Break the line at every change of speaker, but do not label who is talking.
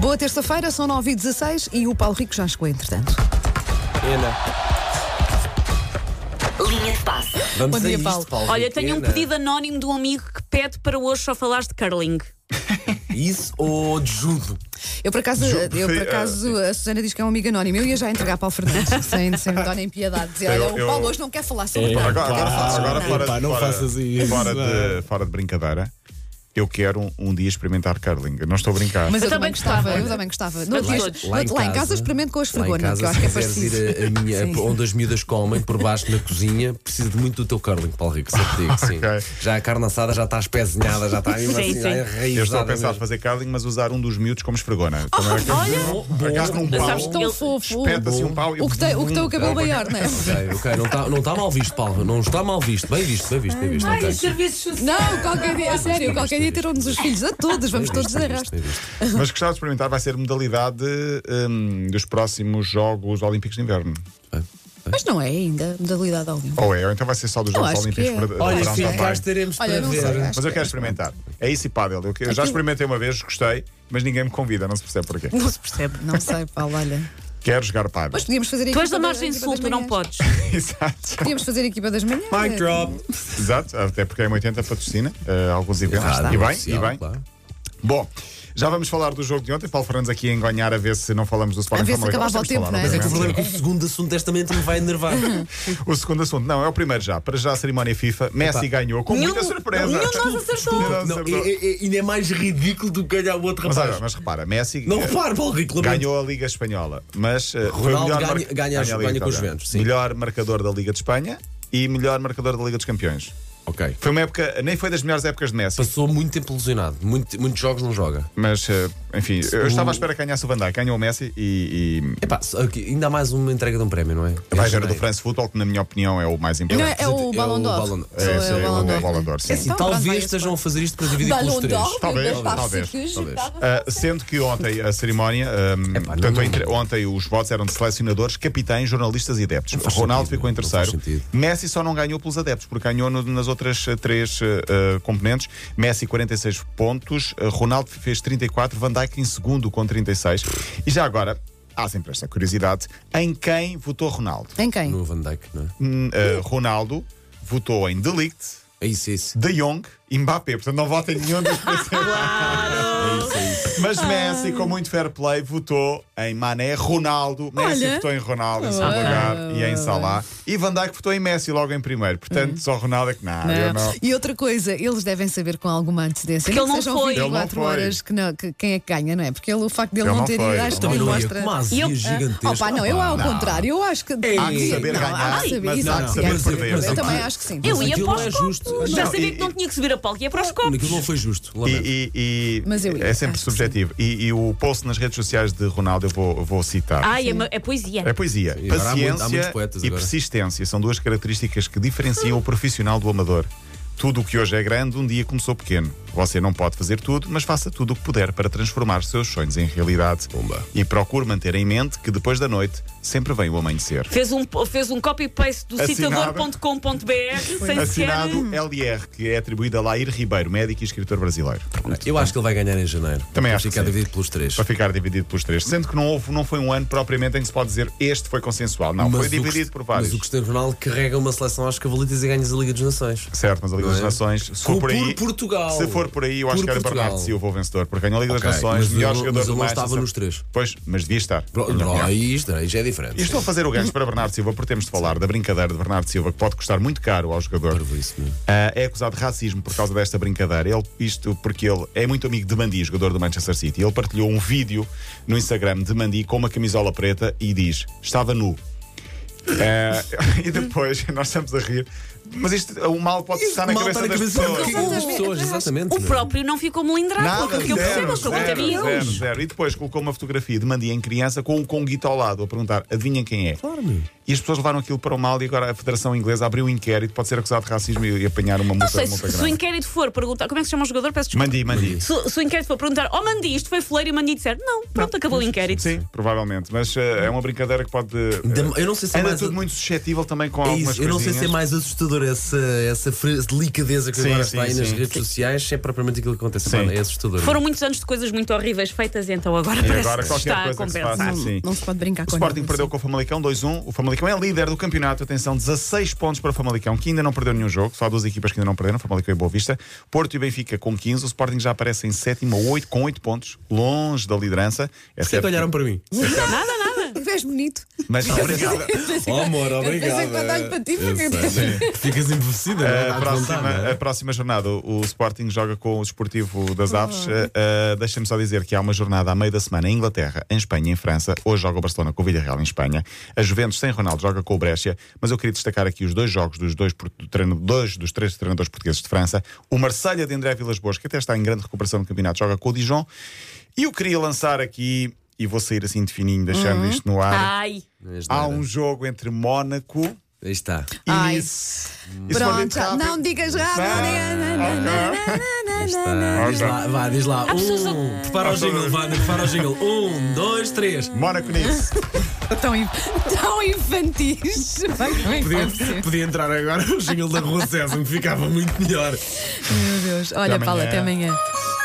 Boa terça-feira, são 9 e 16 e o Paulo Rico já chegou entretanto.
Pena.
Linha de passe.
Vamos
Bom dia,
a isto,
Paulo.
Paulo. é
Olha, tenho um
Pena.
pedido anónimo de um amigo que pede para hoje só falares de curling.
Isso ou de judo?
Eu por acaso,
Ju-
eu, por
preferi-
acaso a Susana diz que é um amigo anónimo. Eu ia já entregar a Paulo Fernandes, sem, sem dó nem piedade. Dizer, olha,
Eu-
o
eu-
Paulo hoje não quer falar sobre
Agora,
nada.
agora, agora fora,
Epá, não
fora-
faças isso.
Fora de, fora de brincadeira, eu quero um, um dia experimentar curling. Eu não estou a brincar.
Mas eu,
Eu
também
também
gostava,
gostava.
eu também gostava.
Para
No outro
todos.
dia- no outro- lá, em casa, experimento com as
lá em
vergonhas, que eu acho
casa, se
que é
quiseres
parecido.
ir a, a minha,
Sim.
onde as miúdas comem, por baixo na cozinha, preciso de muito do teu curling, Paulo Rico, sempre digo, sim.
Ok.
Já a carne assada já está espezinhada, já está mesmo
Sim,
assim,
sim.
já
eu estou a
enraizada
pensar em
mesmo.
fazer curling, mas usar um dos miúdos como esfregona.
Oh.
Também é que-
Olha!
Agarro num pau,
Sabes que
Tão
ele-
fofo.
espeta assim um pau e-
O que tem o, que tem o cabelo maior, não é?
Ok, ok, não está não está mal visto, Paulo, não está mal visto, bem visto, bem visto, bem visto. ok.
serviços sociais.
Não, qualquer dia, a sério, qualquer dia terão-nos os filhos a todos, vamos todos de
Bem
arrasto.
visto, bem visto.
Mas gostava de experimentar, vai ser modalidade hum, dos próximos Jogos Olímpicos de Inverno.
Mas não é ainda modalidade alguma.
Ou é, ou então vai ser só dos
Eu
Jogos
acho
Olímpicos
que é.
de verão
Olha,
Olha,
se
se
também.
cá estaremos
Olha,
para
não sei,
ver.
acho
Mas eu
que é.
quero experimentar. É isso e pádel. Eu, eu já
Aquilo-
experimentei uma vez, gostei, mas ninguém me convida, não se percebe porquê.
Não se percebe.
Não sei, Paulo, olha.
Quero jogar pádel.
Mas podíamos fazer a
Tu
equipa
és da margem
equipa
sul,
das
tu não
manhãs.
podes.
Exato.
Podíamos fazer a equipa das manhãs.
Mic drop.
Exato, até porque a M80 patrocina eh, alguns eventos.
Rádio
e bem,
Comercial,
e bem.
claro.
Bom, já vamos falar do jogo de ontem. Paulo Fernandes aqui a enganhar a ver se não falamos do Sporting
A ver se
Famalicão. Mas
acabava o
temos de
tempo,
falar,
Mas é que o
obviamente.
problema é que o segundo assunto desta mente me vai enervar.
O segundo assunto, não, é o primeiro já. Para já a cerimónia FIFA, Messi ganhou com muita surpresa.
nenhum de nós acertou.
Nenhum de nós
Não,
acertou.
e- e- Ainda é mais ridículo do que ganhar o outro
Mas, olha,
rapaz.
mas repara, Messi
Não
eh,
repare, Paulo Rico, lamento.
ganhou a Liga Espanhola, mas eh, foi o
Ronaldo
melhor
ganha-
marca-
ganha
a
as-
Liga
ganha com os
Italiana.
Juventus, sim.
Melhor marcador da Liga de Espanha e melhor marcador da Liga dos Campeões.
Ok.
Foi uma época, nem foi das melhores épocas de Messi.
Passou muito tempo lesionado. Muito- muitos jogos não joga.
Mas, eh, enfim, eu
O-
estava à espera que ganhasse o Van Dijk. Ganhou o Messi e. e-
Epá, só que ainda há mais uma entrega de um prémio, não é?
Vai
Este
ver o do
também.
France Football, que na minha opinião é o mais
Não,
importante.
é, é o Ballon
É o Ballon
d'Or.
d'Or.
Só
É, sim,
o Ballon
o
d'or.
Ballon d'Or, sim.
Esse
E
então, pronto, vai
talvez
esse
estejam a
pronto.
fazer isto para dividir pelos
Ballon
três.
d'Or,
Talvez,
talvez,
talvez,
talvez.
Uh, sendo que ontem a cerimónia, um,
Epá, não-
portanto,
não-
entre- ontem os votos eram de selecionadores, capitães, jornalistas e adeptos.
faz
Ronaldo
sentido,
ficou em
não
terceiro.
faz sentido.
Messi só não ganhou pelos adeptos, porque ganhou no- nas outras eh, três eh, eh, componentes. Messi 46 pontos, eh, Ronaldo fez 34, Van Dijk em segundo com 36. E já agora, há sempre esta curiosidade, em quem votou Ronaldo?
Em quem?
No Van Dijk, não é?
Hum, eh, Ronaldo votou em De Ligt,
É isso, é isso.
de Jong e Mbappé. Portanto, não vota em É nenhum dos claro.
Ah.
Mas Messi, com muito fair play, votou em Mané, Ronaldo. Messi
Olha.
votou em Ronaldo em segundo
Ah.
lugar e em Salah. E Van Dijk votou em Messi logo em primeiro. Portanto,
Hum.
só Ronaldo é que não. eu não.
E outra coisa, eles devem saber com alguma antecedência.
Porque
que
ele não
sejam
foi. Ele não
24
foi.
horas que, não- que- quem é que ganha, não é? Porque ele, o facto de ele
Ele
não
não
ter
foi.
ido, acho que
Ele
também
Olha,
mostra. eh,
como a
E
azia
eu-
gigantesca.
Opa, não, eu
pá.
ao contrário, eu acho que.
Há que
saber
não, Há
ganhar,
que saber,
mas
exato,
há que saber
há
perder.
Eu
Mas
também
aquilo-
acho que sim.
Eu ia
Aquilo
para
não
os
é justo.
copos. Já
Não,
sabia
e-
que não tinha que subir a palco. E é para os
Aquilo não
copos.
foi justo.
E,
Lamento.
e- e-
Mas eu ia,
é
acho
sempre
que
subjetivo. E, e o post nas redes sociais de Ronaldo eu vou, vou citar.
Ai, é, ma- é poesia.
É poesia.
Sim, agora há muito- há
Paciência
muitos poetas
e
agora.
persistência são duas características que diferenciam o profissional do amador. Tudo o que hoje é grande, um dia começou pequeno. Você não pode fazer tudo, mas faça tudo o que puder para transformar seus sonhos em realidade.
Pumba.
E procure manter em mente que depois da noite sempre vem o amanhecer.
Fez um, fez um copy-paste do
Assinado.
citador.com.br sem sequer.
Assinado LR, que é atribuído a Lair Ribeiro, médico e escritor brasileiro.
Eu acho que ele vai ganhar em janeiro.
Também acho
Fica
que sim.
dividido pelos três.
Para ficar dividido pelos três. Sendo que não, houve, não foi um ano propriamente em que se pode dizer este foi consensual. Não,
Mas
Ah, foi
o
dividido
Crist-
por vários.
Mas o Cristiano Ronaldo carrega uma seleção às cavalitas e ganha a Liga dos Nações.
Certo, mas a Liga
Não
das
é?
Nações, se
Com-
for por
por
aí.
Portugal.
Se for por aí, eu
Por
acho que era
Portugal.
Bernardo Silva o vencedor, porque ganhou a Liga
Ok,
das Nações,
mas
melhor
ele-
jogador
mas
do
ele não
Manchester.
estava nos três.
Pois, mas devia estar.
Bro,
na minha
bro,
opinião.
aí isto aí já é diferente.
Eu estou a fazer o gancho para Bernardo Silva, porque temos de falar da brincadeira de Bernardo Silva, que pode custar muito caro ao jogador.
Parvo isso mesmo.
Ah, é acusado de racismo por causa desta brincadeira. Ele, isto porque ele é muito amigo de Mandi, jogador do Manchester City. Ele partilhou um vídeo no Instagram de Mandi com uma camisola preta e diz: Estava nu. Ah, e depois nós estamos a rir. Mas isto, o mal pode estar na
Mal
cabeça
está
das
de
pessoas.
quem- das pessoas, exatamente.
O próprio não ficou melindrado,
Nada,
porque eu percebo, eu
zero,
sou
zero,
muito
zero,
avião.
zero. E depois colocou uma fotografia de Mandia em criança com o Conguito ao lado, a perguntar: adivinha quem é?
Claro, meu.
E as pessoas levaram aquilo para o mal e agora a Federação Inglesa abriu um inquérito, pode ser acusado de racismo e e apanhar uma
Não
multa,
sei,
multa
se, se o
grande.
inquérito for perguntar. Como é que se chama o jogador? Peço desculpa.
Mandi, Mandi.
Se, se o inquérito for perguntar, oh Mandi, isto foi foleiro e o Mandi disser, não, pronto, acabou o inquérito.
Sim, provavelmente. Mas eh, é uma brincadeira que pode. eh,
Ainda- eu não sei se é
Anda
mais
tudo
a-
muito suscetível também com
É
algumas
isso, eu não sei se é
coisinhas.
mais assustador assustador essa, essa fre- delicadeza que
Sim,
agora
sim,
está aí nas
sim.
redes sociais. É propriamente aquilo que acontece.
Sim.
Mano, é assustador.
Foram muitos anos de coisas muito horríveis feitas, então agora
E
parece
agora
que
qualquer
está a
coisa que se faça,
compensar.
sim.
Não se pode brincar
O
com
Sporting
nada,
perdeu
sim.
com o Famalicão 2-1. O Famalicão é líder do campeonato. Atenção, 16 pontos para o Famalicão, que ainda não perdeu nenhum jogo. Só há duas equipas que ainda não perderam, Famalicão e Boa Vista. Porto e Benfica com 15. O Sporting já aparece em sétimo ou oito com 8 pontos, longe da liderança. É
Por que é que olharam para mim?
Nada, nada.
Tu és bonito.
Mas obrigado.
Oh, amor, obrigado.
pensei que eu olho para ti,
Eu
porque-
sei. Ficas envelhecida. não? Há
A
de vontade, não
próxima,
é?
a próxima jornada, o Sporting joga com o Desportivo das Aves. Uh, uh, Deixa-me só dizer que há uma jornada à meio da semana em Inglaterra, em Espanha, em França. Hoje joga o Barcelona com o Villarreal em Espanha. A Juventus sem Ronaldo joga com o Brescia. Mas eu queria destacar aqui os dois jogos dos dois, por- do treino- dois dos três treinadores portugueses de França. O Marselha de André Vilas Boas, que até está em grande recuperação no campeonato, joga com o Dijon. E eu queria lançar aqui, e vou sair assim de fininho, deixando
Uhum.
isto no
Ah.
ar.
Ai.
Mas
Há
nada.
um jogo entre Mónaco
Aí está.
e
Ai.
Nice. Isso foi
Pronto,
dito
já-
rápido.
não digas rápido. não digas-
Aí está. Diz lá, vá, diz lá.
pessoas-
Um, prepara o jingle, vá, prepara o jingle. Um, dois, três.
Mónaco Nice.
Tão, in- tão infantis. Vai, vai,
Podia,
acontecer.
podia entrar agora o jingle da Rua César, me ficava muito melhor.
Meu Deus. Olha,
Até
Paulo,
amanhã.
até amanhã.